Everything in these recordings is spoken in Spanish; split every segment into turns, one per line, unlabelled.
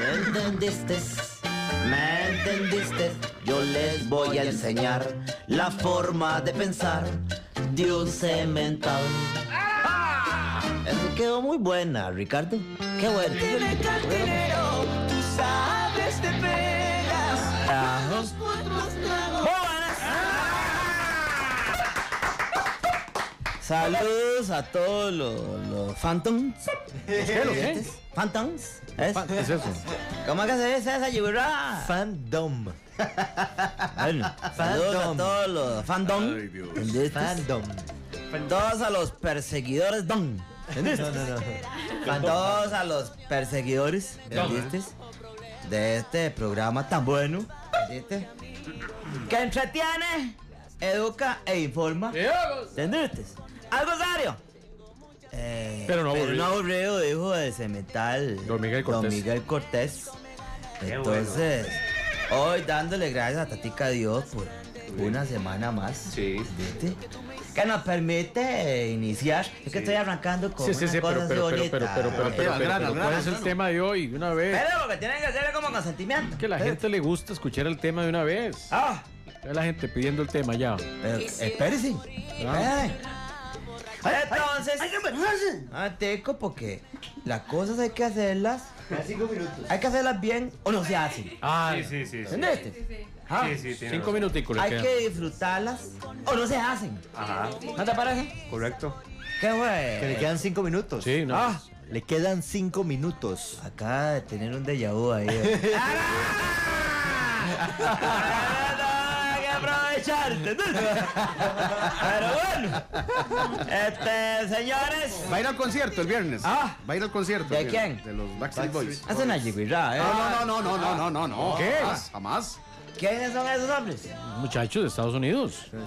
¿Me entendiste? ¿Me entendiste? Yo les voy a enseñar la forma de pensar de un semental.
¡Ah!
Eh, Quedó muy buena, Ricardo. Qué bueno.
Dile cantinero, tú sabes de pegas.
Ah,
Los otros tragos.
Saludos a todos los, los Phantoms. ¿Los Phantoms. ¿Es?
Fan- ¿Qué es eso?
¿Cómo que se dice esa yugurá?
Fandom.
Bueno, saludos a
Fandom.
todos los fandom. ¿Entendiste?
Fandom.
Todos a los perseguidores don. ¿Entendiste?
No, no, no.
Todos a los perseguidores ¿entendiste? de este programa tan bueno. ¿entendiste? Que entretiene, educa e informa. ¿Entendiste? Algo serio. Eh,
Pero no aburrido.
aburrido, dijo el cemental.
Don Miguel Cortés.
Miguel Cortés. Entonces, hoy dándole gracias a Tatica Dios por una semana más.
Sí.
¿viste? Que nos permite eh, iniciar. Es que estoy arrancando con
Sí, sí,
una
sí, pero,
cosa
pero,
así
pero, pero,
bonita.
pero, pero, pero,
Eh,
pero,
al grano,
pero,
al
¿cuál
grano,
es el
al
tema de hoy? De una vez.
Pero porque tienen que hacerlo como consentimiento. ¿Eh?
Que la gente le gusta escuchar el tema de una vez.
Ah,
Ya la gente pidiendo el tema ya.
pero espérese. Espérese. Entonces, Anteco, porque las cosas hay que hacerlas. Hay que hacerlas bien o no se hacen.
Ah,
Sí, sí, sí. sí.
¿Entendiste? Ah,
Sí, sí, tiene
Cinco
razón.
minuticos le
Hay
quedan.
que disfrutarlas o no se hacen.
Ajá,
¿No te parece?
correcto.
¿Qué
Que le
fue?
quedan cinco minutos. Sí, no.
Ah.
le quedan cinco minutos.
Acaba de tener un déjà vu ahí. Hay que aprovecharte. ¿no? Pero bueno. Este, señores.
Va a ir al concierto el viernes.
Ah.
Va a ir al concierto.
¿De
el viernes,
quién?
De los Backstreet Boys.
Hacen una yigüirá, ¿eh?
No, no, no, no, no, no, no,
Ah.
no.
¿Qué?
Jamás, jamás.
¿Quiénes son esos hombres?
Muchachos de Estados Unidos. No,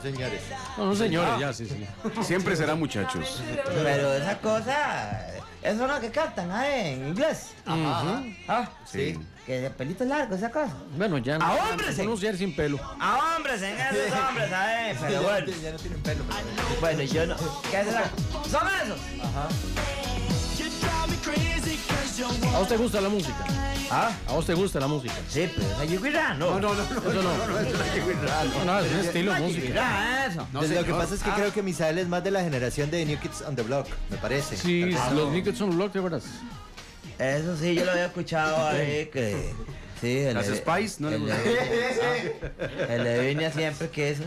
no, señores, ya, sí, sí.
Siempre serán muchachos.
Pero esa cosa. Eso es lo que cantan, ¿ah? En inglés. Ah,
Sí.
Que de pelito largo, esa cosa.
Bueno, ya.
¿A
no-
hombres,
no
sí?
pronunciar sin pelo.
A hombres, en esos hombres, ¿sabes? Pero bueno. Bueno, yo no. ¿Qué es esa- ¿Son esos?
¿A vos te gusta la música?
Ah,
¿A vos te gusta la música?
sí, pero esa yigüirá, no.
No, no, no,
Eso no.
no, no, es una yigüirá, no.
No, no, es un estilo de
Una
música.
yigüirá, eso.
No,
Lo que
señor.
pasa es que
Ah,
creo que Misael es más de la generación de New Kids on the Block, me parece.
Sí, los Nickels son los ¿te acuerdas?
Eso sí, yo lo había escuchado ahí que. Sí, el
Las
Evi-
Spice no le
el
gusta.
Evi- El Evinia siempre que eso.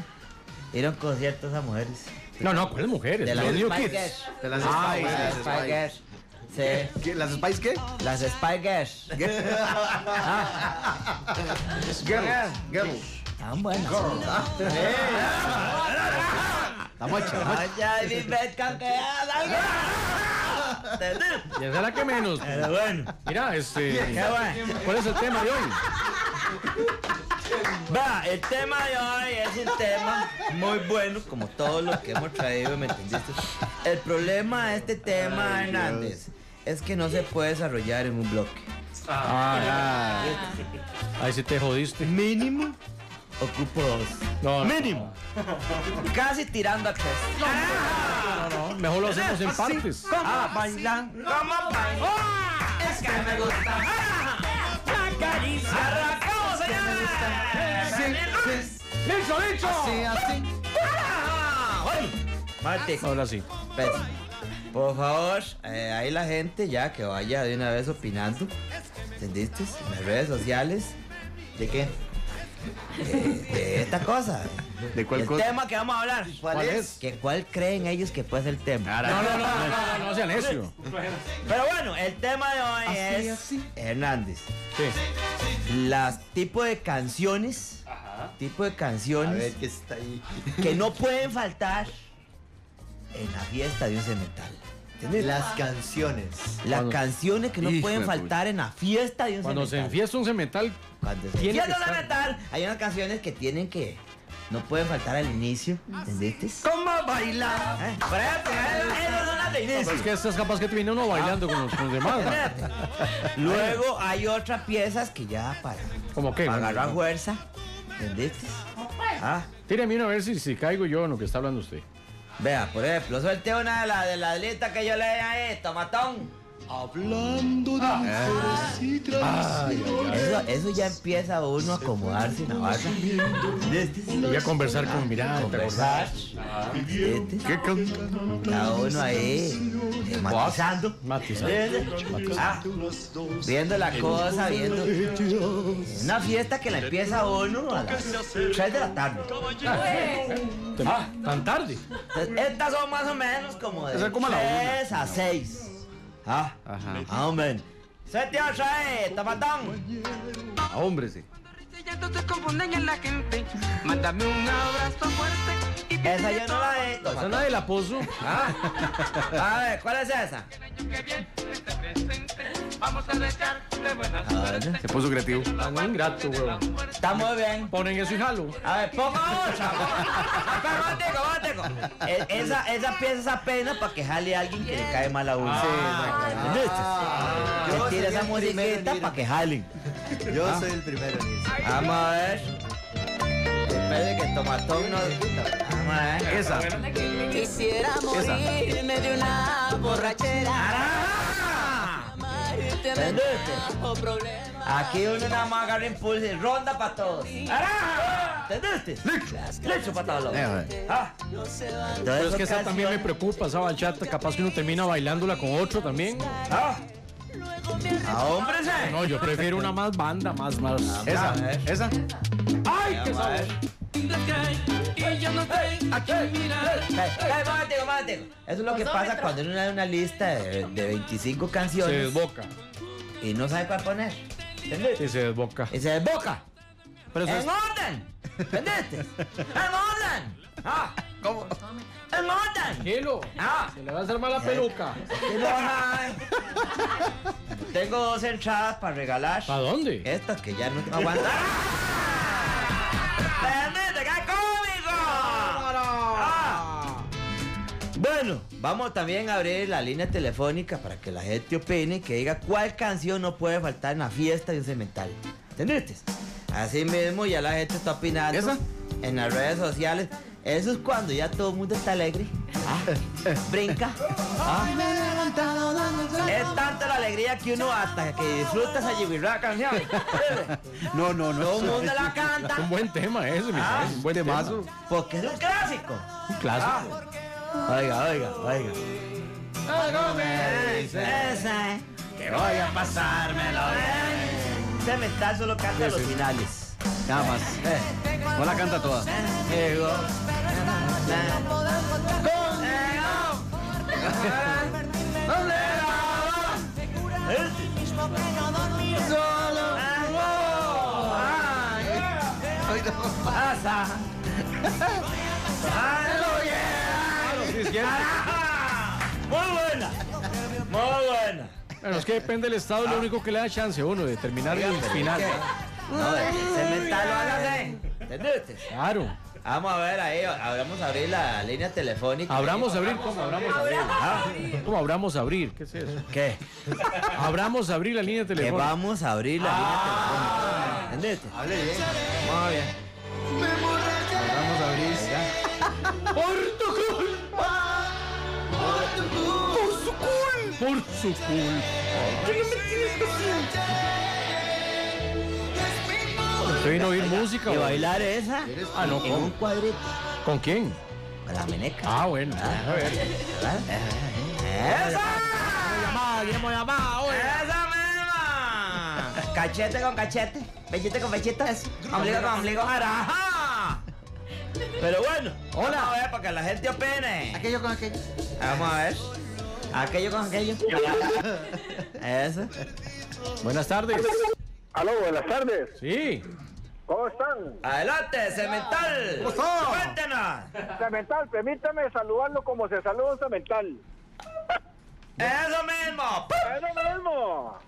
Ir a un concierto a esas mujeres.
No, no, ¿cuáles mujeres?
De las
Los New
Spice
Kids.
Girls.
De las
Ay,
Spice,
Ah, las
las
Spice
Spice.
Girls. Sí,
¿Qué? ¿Las Spice qué?
las Spice Girls.
Girls. Girls.
Están buenas.
La mocha.
Ay, ay, mi pesca que ya salga. ¿Entendés?
Y esa es la que menos.
Pero bueno,
Mira,
qué
este.
bueno.
¿Cuál es el tema de hoy?
Va, el tema de hoy es un tema muy bueno, como todo lo que hemos traído, ¿me entendiste? El problema de este tema, Hernández, es que no se puede desarrollar en un bloque.
Ah, ahí sí te jodiste.
Mínimo, ocupo dos.
No, no.
Mínimo. Casi tirando a tres.
No, no, mejor lo hacemos en partes.
Ah, bailan. ¿Cómo bailan? Es que me gusta. ¡Arrancamos, señores!
¡Listo, listo!
Ah, bueno. Marte.
Ahora sí.
Pues, por favor, eh, ahí la gente ya que vaya de una vez opinando. ¿Entendiste? En las redes sociales. ¿De qué? De, esta cosa.
¿De cuál
el
cosa?
tema que vamos a hablar. ¿Cuál,
es?
Que cuál creen ellos que puede ser el tema.
No, no, no, no, no, no, no sea necio.
Pero bueno, el tema de hoy es Hernández.
Sí.
Las tipo de canciones. Tipo de
A
canciones
ver qué está ahí.
que no pueden faltar en la fiesta de un cemental.
Las canciones.
Las
Cuando-
canciones que no
Hijo
pueden
de puta.
faltar en la fiesta de un
Cuando se
cemental.
enfiesta un cemental,
Cuando se
tiene que
enfiesta un
estar.
cemental, hay unas canciones que tienen que... No pueden faltar al inicio, ¿entendiste?
¿Cómo bailar?
¿Eh? Por ejemplo, esas son las de inicio.
es que estás capaz que te viene uno bailando con los, con los demás. ¿no?
Espérate. Luego hay otras piezas que ya para,
¿Cómo qué?
para agarrar fuerza. ¿Entendiste? Ah,
Tíreme una a ver si, si caigo yo en lo que está hablando usted.
vea, por ejemplo, suelte una de las de la lista que yo le di a esto, matón. Ah. Hablando de eso, eso ya empieza uno a acomodarse en la barra. ¿Entendiste?
Voy a conversar con mirada.
Conversar. ¿Entendiste? Cada uno ahí eh, matizando.
Matizando.
Ah, viendo la cosa, viendo. Una fiesta que la empieza uno a las 3 de la tarde.
Ah, tan tarde.
Entonces, estas son más o menos como de
Esa es como a la una.
3 a 6. Ah,
Ajá.
ah, hombre. Se te atrae, tamatán.
Ah, Hombre, sí.
Ya no te confunden en la gente. Mándame un abrazo fuerte y te
Esa yo no la he
Esa es
hecho.
la del aposo.
A ver, ¿cuál es esa?
el año que viene esté presente. Vamos a desearte buena suerte.
Se puso creativo.
Tan Ah, ingrato, weón.
Está muy bien.
Ponen eso y jalo.
A ver, ponga otra. Espera, un momentico, un momentico. Eh, Esa, esa pieza es apenas para que jale a alguien que le cae mal a uno. ¿Entendiste? Se
Yo
tira
sería
esa
el primero en
musiquita
ir.
para que jalen.
Yo soy el primero en irse.
Vamos a ver. Ah. Después de que el tomatón no. Vamos a ver.
Esa.
Quisiera morirme de una borrachera.
¡Ah!
Amarte me
¿Entendiste?
trajo problemas.
Aquí uno nada más agarra impulso y ronda para todos. ¡Ah! ¿Entendiste? Lecho para todos.
Eh,
Ah.
Pero es
Entonces,
que esa también me
canción-
preocupa, esa bachata. Capaz que uno termina bailándola con otro también.
Ah. Ah, hombre, se.
No, yo prefiero una más banda, más, más.
Esa.
a ver.
Esa.
¡Ay,
Vamos
qué
a
sabor!
ver.
Y yo no sé a quién mirar.
Ay, ay, momentico, momentico. Eso es lo que pasa cuando uno da una lista de, de 25
Se
canciones
desboca.
y no sabe cuál poner. ¿Entendiste?
Sí, se desboca.
Y se desboca.
Pero eso es
¡En orden! ¿Entendiste? ¡En orden! ¡Ah!
¿Cómo?
¡En orden!
Tranquilo.
¡Ah!
Se le va a hacer mal la peluca.
¡Que no hay! Tengo dos entradas para regalar.
¿Para dónde?
Estas que ya no aguantan. ¡Entendiste? ¡Qué cómico! ¡Ah! Bueno, vamos también a abrir la línea telefónica para que la gente opine, que diga cuál canción no puede faltar en la fiesta de un cemental. ¿Entendiste? Así mismo ya la gente está opinando
¿Esa?
en las redes sociales. Eso es cuando ya todo el mundo está alegre. Ah, brinca. Ah. Es tanta la alegría que uno hasta que disfruta esa yibirra canción.
No, no, no.
todo el mundo la canta.
Un buen tema ese, mi
Ah,
sabes, Un buen temazo. Ah.
Porque es un clásico.
Un clásico.
Oiga, oiga, oiga. Esa, eh, que voy a pasármelo bien. Se me está solo canta los finales.
Nada más.
Eh,
No la canta toda.
llegó. Conmigo. ¿Dónde vas? Solo. Ay, pasa. Ay, lo llevo. Ah, Muy buena. Muy buena.
Bueno, es que depende del estado, lo único que le da chance a uno de terminar el final.
No, este, de que se me está lo hágase. ¿Entendiste?
Claro.
este? Vamos a ver ahí, a- vamos a abrir la línea telefónica.
Abramos abrir, ¿cómo abramos abrir?
Ah,
¿Cómo abramos abrir? ¿Qué es eso?
¿Qué?
Abramos abrir la línea
Que
telefónica. Ah,
vamos a abrir la línea telefónica. este? ¿Entendiste?
Hable bien.
Muy bien.
Vamos a abrir. ya.
Por su culpa. Usted vino a oír música.
¿Y
güey.
bailar esa?
Ah, no,
En un
¿cómo?
cuadrito.
¿Con quién?
Para la meneca.
Ah, bueno. A ver.
¡Esa! ¡Esa misma! Cachete con cachete, pechete con pechete, eso. ombligo con ombligo, ¡ajá! Pero bueno, hola. Vamos a ver para que la gente opine. Aquello con aquello. Vamos a ver. Aquello con aquello. Eso.
Buenas tardes.
Aló, buenas tardes.
Sí.
¿Cómo están?
Adelante, cemental. Cuéntenos.
Cemental, permítame saludarlo como se saluda un cemental.
¡Eso mismo!
¡Es lo mismo!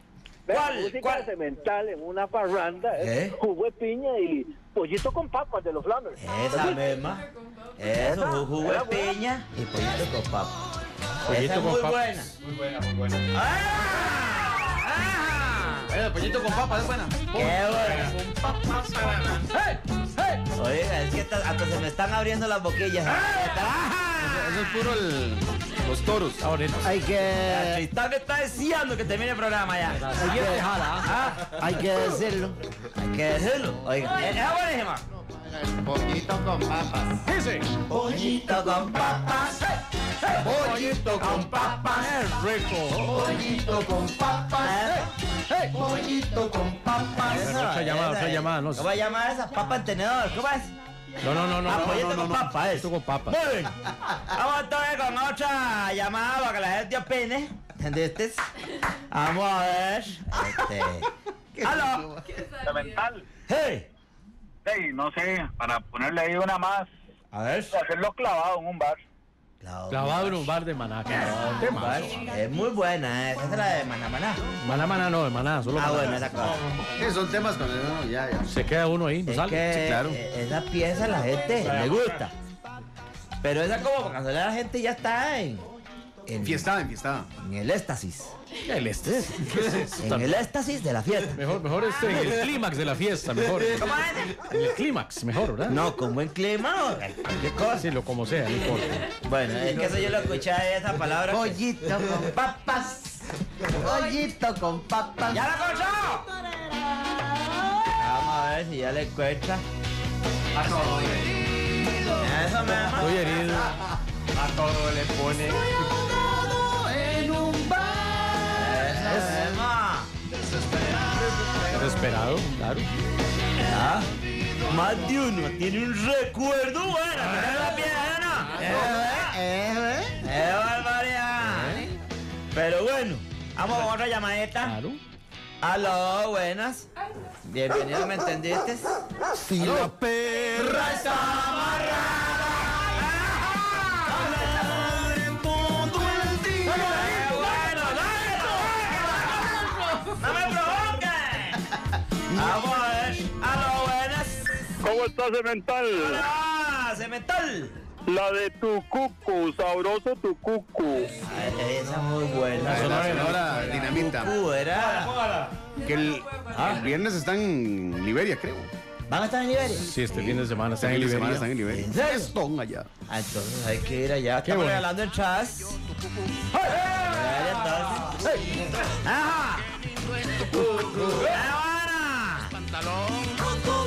Ve,
¿Cuál?
Música
¿Cuál?
cemental en una parranda,
¿Eh? ¿Eh?
¿Eh? jugo de piña y pollito con papas de los Flanders.
Esa misma. Eso, ju- jugo de piña y pollito con papa. Esa es
con
muy
papas.
buena. Muy buena, muy buena. ¡Ah! ¡Ah!
El pollito con papas es buena.
¡Qué buena! Oiga, es que hasta, hasta se me están abriendo las boquillas. ¿eh? ¡Ah!
Eso es puro el, los toros.
Hay
El
que,
cristal me está deseando que termine el programa ya. Ah,
hay que decirlo.
Hay que decirlo. Oiga, eh, esa es buenísima.
Ese.
Pollito con papas. Pollito con papas. Pollito con papas. Pollito con papas.
Bueno, otra llamada, otra
eh.
llamada, no sé.
¿Cómo se llama esa? Papa en tenedor. ¿Cómo es?
No, no, no, no.
Ah,
no,
pollito
no, no,
con
no.
papa, es.
Pollito con papas.
Muy bien. Vamos entonces con otra llamada para que la gente opine. ¿Entendiste? Vamos a ver. Este. ¡Aló!
Cemental.
¡Hey!
Hey, no sé, para ponerle ahí una más,
A ver.
hacerlo clavado en un bar.
Clavado en un bar de maná. clavado en un bar.
Es muy buena, eh. esa es la de Maná Maná.
Maná, maná, no, de maná. Solo
Ah,
maná.
bueno, esa cosa.
Eh, son temas con el, no, ya, ya.
Se queda uno ahí, no
Es
sale.
que
sí, claro.
eh, esa pieza la gente le gusta. Pero esa como para cancelar a la gente ya está en, en,
Enfiestada, enfiestada.
en el éxtasis.
El estrés. ¿Qué es eso?
En el éxtasis de la fiesta.
Mejor, mejor este, en el clímax de la fiesta, mejor.
¿Cómo
En
es?
el clímax, mejor, ¿verdad?
No, con buen clima. ¿no? ¿Qué cosa?
Sí, lo como sea, no importa.
Bueno, es que eso yo lo escuché de esa palabra. que-
Pollito con papas. Pollito con papas.
¡Ya la encontró! Vamos a ver si ya le encuentra. Eso me ama.
Estoy herido.
Eso me ama.
Desesperado, claro.
Ah, Más de uno tiene un recuerdo bueno. ¡Mira la pierna! ¡Eh, eh!
Eh,
¡Eh, barbaridad! Pero bueno, vamos a otra llamadita.
Claro.
Aló, buenas. Bienvenido, ¿me entendiste?
Si la perra está
¡Qué bueno! ¡No me provoques! ¡No me provoques! Vamos a ver. ¡Aló, buenas!
¿Cómo estás, Cemental?
¡Ah, cemental!
La de tu cucu, sabroso tu cucu.
Ay, esa es muy buena.
La,
sonora
sonora dinamita.
Cucu, era-
Que el,
Ah.
el viernes están en Liberia, creo.
¿Van a estar en Liberia?
Sí, este fin de semana está en
Fin de semana
Liberia.
Están en Liberia.
¿En serio?
Están allá.
Ah, entonces hay que ir allá. Estamos
bueno.
regalando entradas. Regalando entradas. ¡Ajá! ¡Ahora!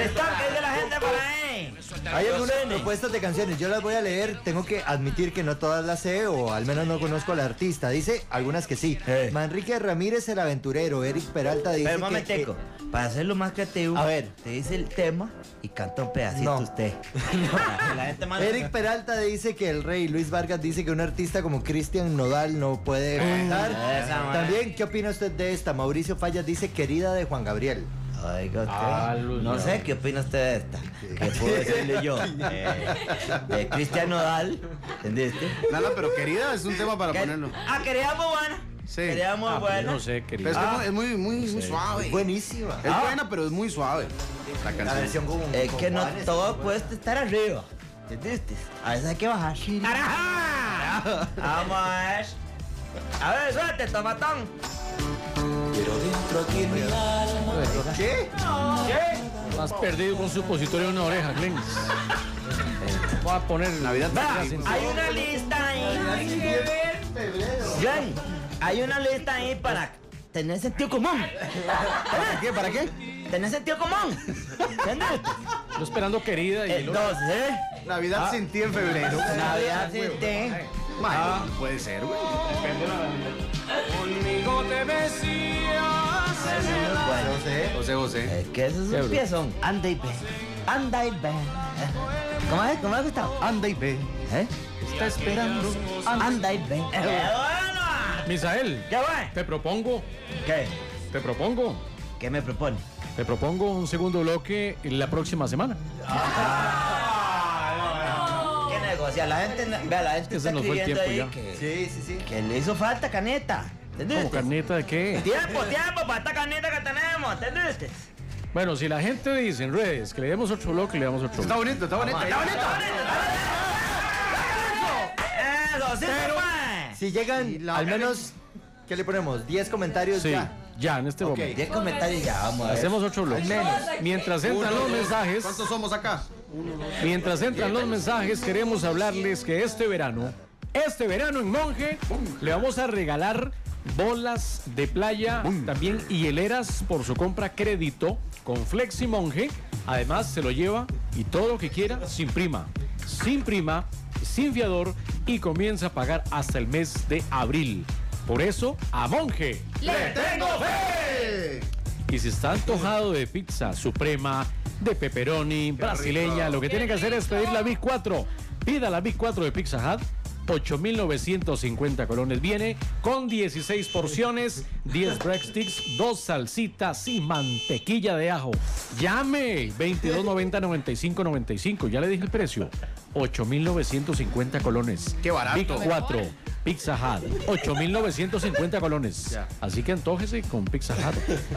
¡Destaque de la gente para ahí!
Hay algunas propuestas de canciones, yo las voy a leer, tengo que admitir que no todas las sé o al menos no conozco al artista, dice algunas que sí.
Eh.
Manrique Ramírez el aventurero, Eric Peralta dice
Pero un
que-
momentico, para hacerlo más creativo,
A ver.
te dice el tema y canta un pedacito
No.
usted. La gente
que-
manda-
Eric Peralta dice que el rey Luis Vargas dice que un artista como Cristian Nodal no puede faltar.
esa, man.
También, ¿qué opina usted de esta? Mauricio Fallas dice querida de Juan Gabriel.
Oiga usted,
Ah, Luz,
no
ya.
sé qué opina usted de esta. ¿Qué puedo decirle yo? Eh, de Cristian Nodal, ¿entendiste?
Nada, pero querida es un tema para
Que-
ponerlo.
Ah, quería muy buena.
Sí.
Quería muy
Ah, pues
buena.
no sé,
Pero
querido.
es, que no- es muy, muy, muy suave.
Buenísima.
Es buena, pero es muy suave. Ah. La
La
canción.
versión con,
Es
con
que no
Juanes.
todo puede estar arriba. ¿Entendiste? A veces hay que bajar. ¡Araja! Vamos a ver. A ver, suerte, tomatón.
¿Qué?
Pues,
Has perdido con un supositorio en una oreja, Glenn. Voy a poner
Navidad.
Va,
sí.
hay una lista ahí. Hay que ver. Glenn, hay una lista ahí para tener sentido común.
¿Para qué? ¿Para qué?
Tener sentido común. ¿Entendiste?
Yo esperando querida y el otro-
Entonces, ¿eh?
Navidad sin ti en febrero.
Navidad sin ti.
Mae, no puede ser, güey.
Bueno,
José José.
es Eh, que eso es un
Seguro.
piezón. Anda y ve. Anda y ve. ¿Cómo es? ¿Cómo es, Gustavo?
Anda y ve.
¿Eh?
Está esperando.
Anda y ve. ¡Qué bueno!
Misael,
¡Qué bueno!
te propongo,
¿Qué?
te propongo,
¿Qué me propone?
te propongo un segundo bloque la próxima semana.
¿Qué negocio? sea, la gente, vea, la gente
Que se
está
nos fue el
escribiendo ahí
tiempo
que,
Sí, sí, sí.
que le hizo falta caneta.
¿Como
¿Entendiste?
carneta de qué?
Tiempo, tiempo para esta caneta que tenemos, ¿entendiste?
Bueno, si la gente dice en redes que le demos otro bloque, le damos otro
Está
bloque.
bonito, está bonito.
Eso, sí, papá.
Si llegan, al menos, ¿qué le ponemos? 10 comentarios
Sí,
ya.
ya, en este
Ok.
momento.
10 comentarios y ya, vamos a ver.
Hacemos otro bloque. Mientras entran los mensajes,
¿Cuántos somos acá?
mientras entran los mensajes, queremos hablarles que este verano, este verano en Monje, le vamos a regalar bolas de playa, también hieleras por su compra crédito con Flexi Monje. Además, se lo lleva y todo lo que quiera sin prima. Sin prima, sin fiador y comienza a pagar hasta el mes de abril. Por eso, a Monje. Y si está antojado de pizza suprema, de pepperoni, brasileña, lo que tiene que hacer es pedir la Big 4. Pida la Big 4 de Pizza Hut. 8.950 colones. Viene con 16 porciones, 10 breadsticks, 2 salsitas y mantequilla de ajo. Llame 2290-9595. Ya le dije el precio. 8.950 colones.
Qué barato.
Big 4. Pizza Hut. 8.950 colones. Así que antójese con Pizza Hut.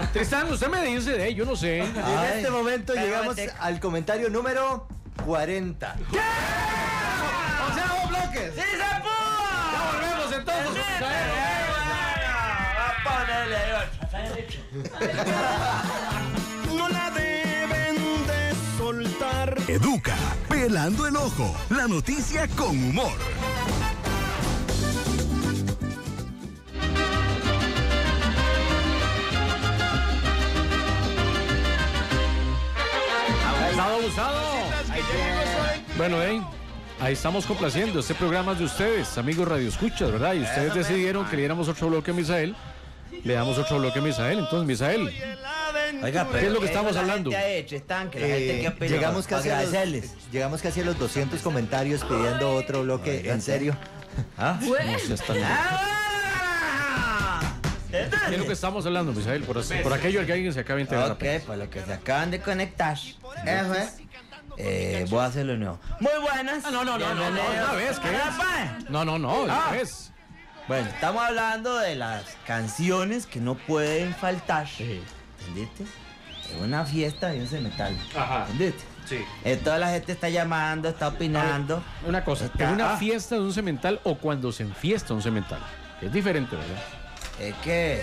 Tristán, usted me dice de ahí, yo no sé.
en este momento
Pero
llegamos
te-
al comentario número 40.
¡O sea, dos bloques!
¡Sí se pudo!
¡Volvemos entonces!
¿eh?
Va a ponerle otro.
No la deben de soltar. Educa, pelando el ojo. La noticia con humor.
¡Abusado, abusado! Bueno, eh, ahí estamos complaciendo. Este programa es de ustedes, amigos Radio Escuchas, ¿verdad? Y ustedes decidieron que le diéramos otro bloque a Misael. Le damos otro bloque a Misael. Entonces, Misael,
Oiga, pero
¿Qué es lo que estamos
la
hablando?
gente ha hecho, están, que la gente
Eh,
que opina.
llegamos, casi a
agradecerles.
los, llegamos casi a los 200 comentarios pidiendo otro bloque. en serio.
¿Ah?
no seas tan-
¡Ah!
¿Qué es lo que estamos hablando, Misael? Por, así- por aquello al que alguien se acaba de integrar.
Ok, para los que se acaban de conectar. Eso es. Eh, voy a hacerlo nuevo. Muy buenas.
Ah, no, no, no, no, no,
Bienvenidos.
una vez, ¿qué es?
Apa.
No, no, no,
Ah.
es.
Bueno, estamos hablando de las canciones que no pueden faltar. ¿Entendiste? En una fiesta de un cemental.
Ajá.
¿Entendiste?
Sí.
Eh, toda la gente está llamando, está opinando.
Una cosa,
Está-
en una
ah.
fiesta de un cemental o cuando se enfiesta un cemental. Es diferente, ¿verdad?
Es que.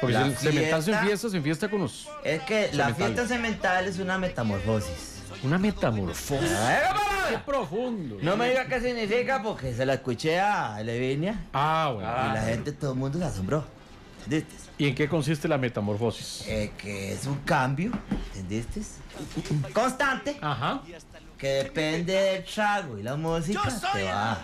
Porque
La
si el cemental se
fiesta-
enfiesta, se enfiesta con los-
Es que la
Cemental.
fiesta cemental es una metamorfosis.
una metamorfosis.
Venga, papá.
¡Qué profundo!
No me diga qué significa porque se la escuché a Levinia
Ah, bueno.
y la gente, todo el mundo se asombró. ¿Entendiste?
¿Y en qué consiste la metamorfosis?
Eh, que es un cambio, ¿entendiste? Constante,
Ajá.
que depende del trago y la música, te va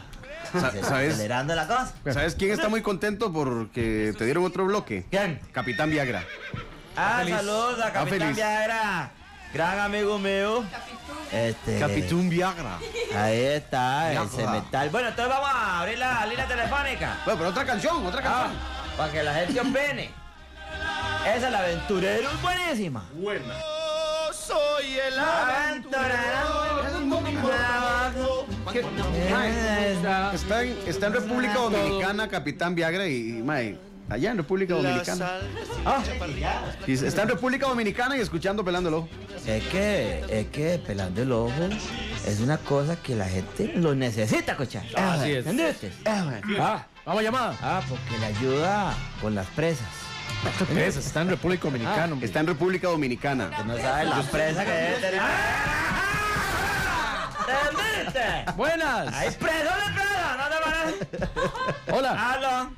Sa-
acelerando
¿sabes?
la cosa.
¿Sabes quién está muy contento porque te dieron otro bloque?
¿Quién?
Capitán Viagra.
Ah, saludos a Capitán
feliz.
Viagra, gran amigo mío. Este,
Capitán Viagra.
Ahí está, el
Viagra.
cemental. Bueno, entonces vamos a abrir la línea telefónica
Bueno, pero otra canción, otra
ah,
canción.
para que la gente opine. Esa, el aventurero, es buenísima.
Soy el
¿Qué? Está en, está en República Dominicana, Capitán Viagra y, y, mae, allá en República Dominicana. Ah, y está en República Dominicana y escuchando pelándolo.
Es que, es que pelando el ojo es una cosa que la gente lo necesita, cocha.
Así es.
¿Entendiste?
Ah, vamos a llamada.
Ah, porque le ayuda con las presas.
Esa está en República Dominicana.
Ah,
hombre.
Está en República
Que
Dominicana.
no sabe la presa que debe tener.
Ah.
¿Entendiste?
Buenas.
¡Hay preso de presa! ¡No te parece!
Hola.
¡Aló!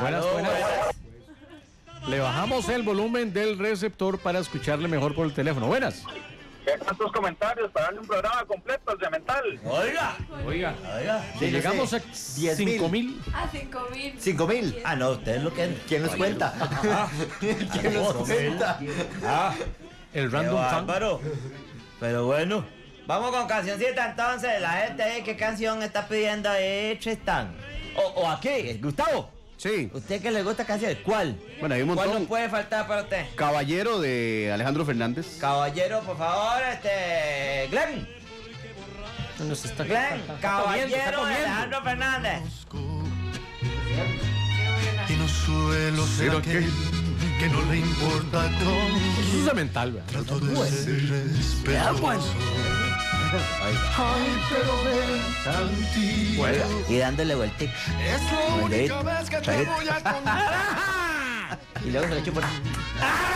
Buenas,
Aló,
buenas. Le bajamos el volumen del receptor para escucharle mejor por el teléfono. Buenas.
¿Qué tantos comentarios para darle un programa completo al cemental?
Oiga,
Oiga.
oiga.
Si llegamos a
Diez mil.
5 mil.
A 5 mil.
5 mil.
Ah, no, ustedes lo que.
¿Quién nos cuenta? ¿Quién nos cuenta?
El
Qué
random fan.
bárbaro. Pero bueno, vamos con cancioncita entonces. La gente ahí, ¿qué canción está pidiendo ahí, Tristan? O, o aquí, Gustavo.
Sí, Sí.
¿Usted que le gusta canciones? ¿Cuál?
Bueno, hay un
¿Cuál
montón.
no puede faltar para usted?
Caballero de Alejandro Fernández.
Caballero, por favor, este. Glenn. Glenn, caballero de Alejandro Fernández.
Consuelo será
Pero
aquel que no le importa con
Eso es mental, ¿verdad?
trato de
Pues,
ser respetuoso. Ay, pero ven tantito.
Y dándole vueltas.
Es la única vez que te voy a contar.
Y luego se le chupa.
Ah.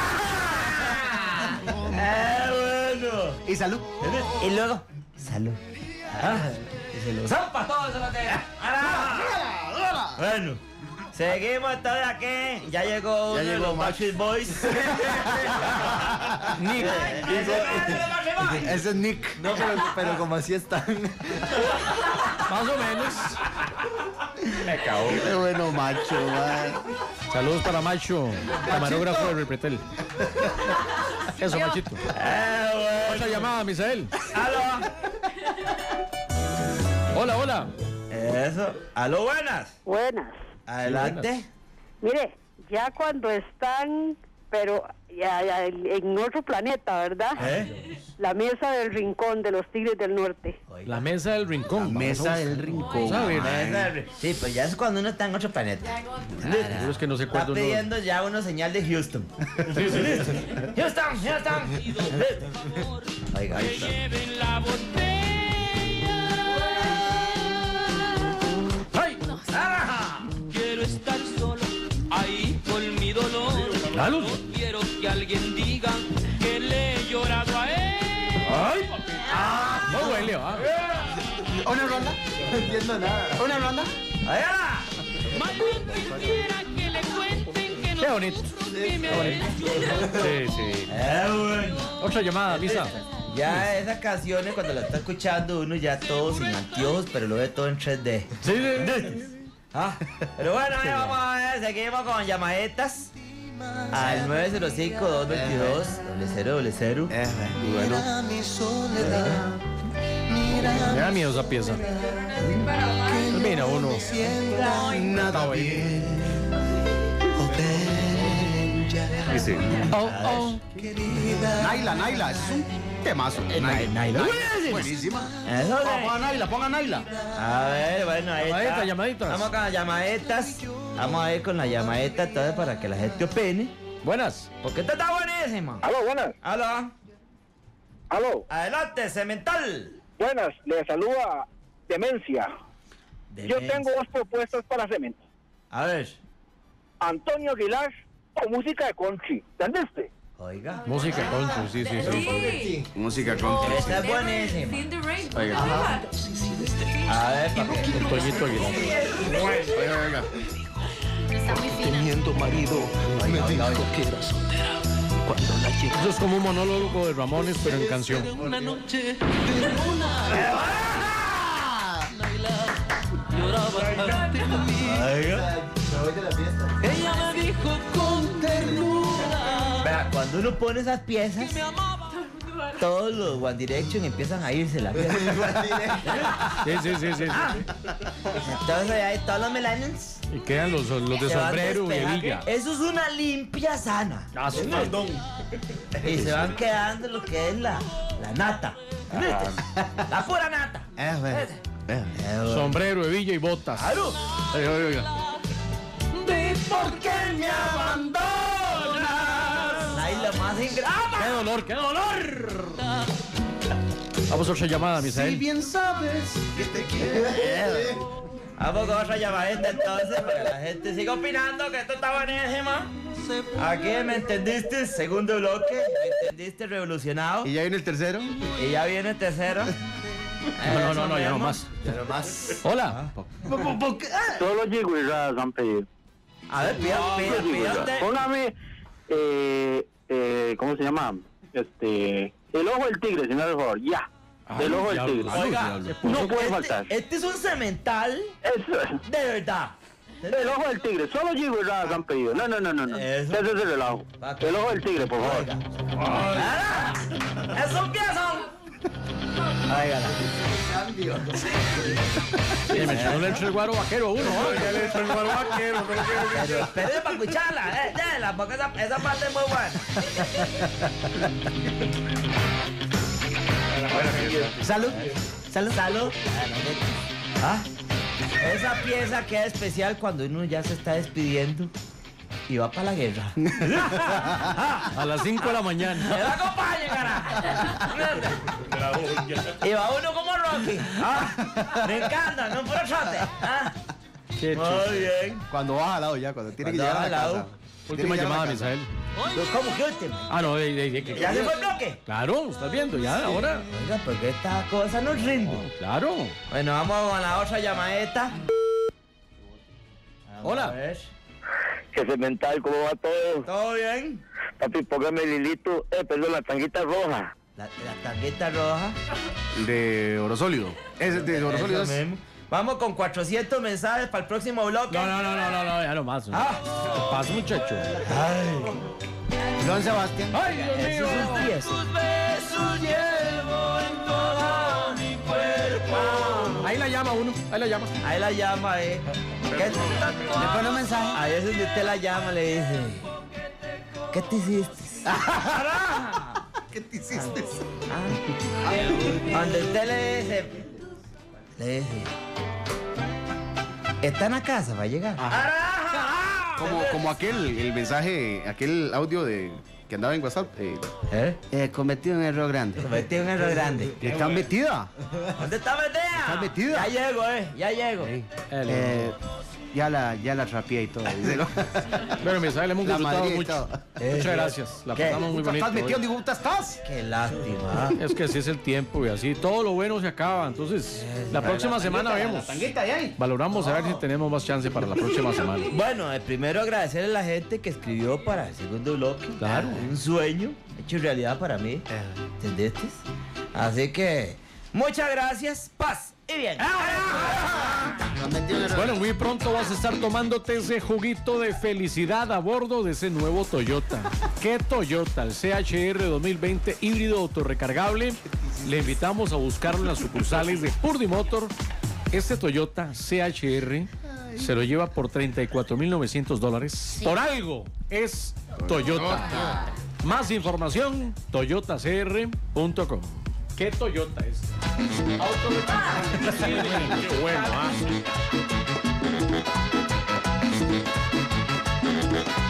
¡Eh, Ah, bueno!
Y salud.
Y luego, salud. Ah, y se lo zampa todo eso lo tiene. ¡Ara! Bueno, seguimos entonces aquí. Ya llegó uno
Ya
de
llegó
los
Max.
Backstreet Boys. Nick.
Ese es Nick. No, pero, pero como así están.
Más o menos. Me cago.
Qué bueno, macho, man.
Saludos para Macho, camarógrafo del Repretel. Eso, Machito. Eh, Otra llamada, Misael. Hola, hola.
Eso. Aló, buenas.
Buenas.
Adelante.
Mire, ya cuando están, pero ya- ya en otro planeta, ¿verdad?
Eh.
La mesa del rincón de los Tigres del Norte.
La mesa del rincón.
mesa del rincón.
eh.
Sí, pues ya es cuando uno está en otro planeta.
Seguro es que no se
Está
acuerda uno.
pidiendo ya una señal de Houston. Houston, Houston. Oiga, ahí está.
¡Ay! Quiero estar solo ahí con mi dolor.
Lalo.
No quiero que alguien diga que le he llorado a él.
¡Ay! No huele, ¿ah?
¿Una ronda? No entiendo nada. ¿Una ronda?
¡Allá!
Más bien quisiera que le cuenten que
Qué bonito.
nosotros que me
Sí, sí. Otra llamada, Misa.
Eh, Ya esas canciones cuando las está escuchando uno ya todo sin anteojos, pero lo ve todo en 3D.
Sí,
Ah, pero bueno, ya vamos a ver, seguimos con llamaditas. Al 905-222-0000.
Eh,
Y bueno,
Mira mi soledad.
Me
Mira
da miedo esa pieza.
que no
Mira, uno.
me sienta nada bien. Oh, ven ya.
Oh, oh.
Naila, Naila, es un temazo.
Eh, Naila.
Buenísima.
Eso
Ah,
de-
Ponga Naila, ponga Naila.
A ver, bueno, ahí
Llamadita,
está.
llamaditas.
Vamos con las llamaditas. Vamos a ir con la llamadita entonces para que la gente opine.
Buenas.
Porque esta está buenísima.
Aló, buenas.
Aló.
Aló,
Adelante, Cemental.
buenas. Le saluda Demencia. Yo tengo dos propuestas para cemento.
A ver.
Antonio Aguilar o música de country. ¿Entendiste?
Oiga.
Música country, sí, sí, sí.
Música country.
Esta es buenísima.
Oiga.
A ver, papi.
Toñito Aguilar.
Oiga, oiga.
Teniendo marido, me dijo que era soltera. Cuando la llegué
Eso es como un monólogo de Ramones, pero en canción.
una noche,
lloraba ante mí. Ella me dijo con ternura
Vea, cuando uno pone esas piezas,
me amaba.
todos los One Direction empiezan a irse la
Sí, sí, sí, sí. sí.
Entonces ahí todos los millennials
Y quedan los, los de
se van
sombrero y
despegando.
hebilla.
Eso es una limpia sana.
Ah, su madre.
Y se van quedando lo que es la, la nata. La pura nata.
Eh, bueno.
Eh, bueno.
Sombrero, hebilla y botas.
Claro.
Oiga, oiga, oiga.
¿Y por qué me abandonas?
Naila más ¡Ah, ingrata.
¡Qué dolor, qué dolor! Vamos a otra llamada, Misael.
bien sabes que te quiero.
Vamos con otra llamadita este entonces para que la gente siga opinando que esto está buenísimo. Aquí me entendiste, segundo bloque, me entendiste revolucionado.
Y ya viene el tercero.
Y ya viene el tercero. Eh,
No, no,
Eso
no, no, ya no
mismo.
más.
Ya no más.
Hola.
Todos los yigüirras han pedido.
A ver, pida, pida, pida usted.
Póngame, eh, eh, ¿cómo se llama? Este, el ojo del tigre, señor, por favor, ya. el ojo del
diablo.
tigre.
Ay,
Oiga,
diablo.
no puede
Este-
faltar.
Este es un cemental
Eso es.
de verdad.
El ojo del tigre, solo yigüirras han pedido. No, no, no, no. no.
Eso.
Ese es el relajo. El ojo del tigre, por favor.
¡Ara! ¡Eso empieza!
Cambio. Sí, me echó- no le echó el guaro vaquero a uno. ¿ah?
Ya le echó el guaro vaquero, Pero espere para escucharla, eh, déjela, porque esa, esa parte es muy buena.
Salud. Salud.
Salud. Ah, esa pieza queda especial cuando uno ya se está despidiendo y va para la guerra.
A las 5 de la mañana.
¡Me la acompañe, carajo! Y va uno como Rocky. Ah, Me encanta, no puro trote. Ah. Muy bien.
Cuando baja al lado ya, cuando tiene
Cuando
que llegar
baja
a la
al
casa.
lado.
Tiene que
Última
llegar a la
llamada,
casa.
Misael.
¿Cómo que última?
Ah, no, de, de, de, que-
¿Ya se fue el bloque?
Claro, estás viendo, ya,
Sí.
ahora.
Oiga, porque esta cosa no rinde.
Claro.
Bueno, vamos a la otra llamadita. Hola.
Jefe mental, ¿cómo va todo?
¿Todo bien?
Papi, póngame el hilito, eh, perdón, la tanguita roja.
La, la tarjeta roja.
De oro sólido. Es de oro
Eso
sólido. es-
mismo. Vamos con 400 mensajes para el próximo bloque.
No, no, no, no, no, no, ya no más.
Ah.
Paz, muchacho.
Don Sebastián.
Ay, Dios mío.
Jesús Díaz.
Ahí la llama uno, ahí la llama.
Ahí la llama, eh. ¿Qué? Le pone un mensaje. Ahí es donde usted la llama, le dice. ¿Qué te hiciste?
¿Qué te hiciste?
Donde usted le dice. Le dice. Está en la casa, va a llegar.
Como, como aquel, el mensaje, aquel audio de que andaba en WhatsApp. Eh,
¿Eh?
cometido un error grande.
Metí un error grande.
¿Estás metida?
¿Dónde está metida?
¿Estás metida?
Ya llego, eh. Ya llego.
Eh, ya la, ya la trapié y todo.
Bueno, Misael, le hemos
La
gustado
Madrid y
mucho.
todo.
Muchas gracias. La
¿Qué?
pasamos muy
Puta,
bonito.
¿Estás metido?
hoy.
Digo, puta, ¿estás?
Qué lástima.
Es que así es el tiempo y así todo lo bueno se acaba. Entonces, la próxima semana vemos. Valoramos a ver si tenemos más chance para la próxima semana.
Bueno, eh, primero agradecer a la gente que escribió para el segundo bloque. Ah,
Claro.
Un sueño hecho realidad para mí. ¿Entendiste? Así que, muchas gracias. Paz y bien.
Bueno, muy pronto vas a estar tomándote ese juguito de felicidad a bordo de ese nuevo Toyota. ¿Qué Toyota? El CHR 2020 híbrido autorrecargable. Le invitamos a buscarlo en las sucursales de Purdimotor. Este Toyota CHR se lo lleva por 34.900 dólares. Por algo es Toyota. Más información, toyotacr.com. ¿Qué Toyota es? Autorrecargable. Sí, qué bueno, ah.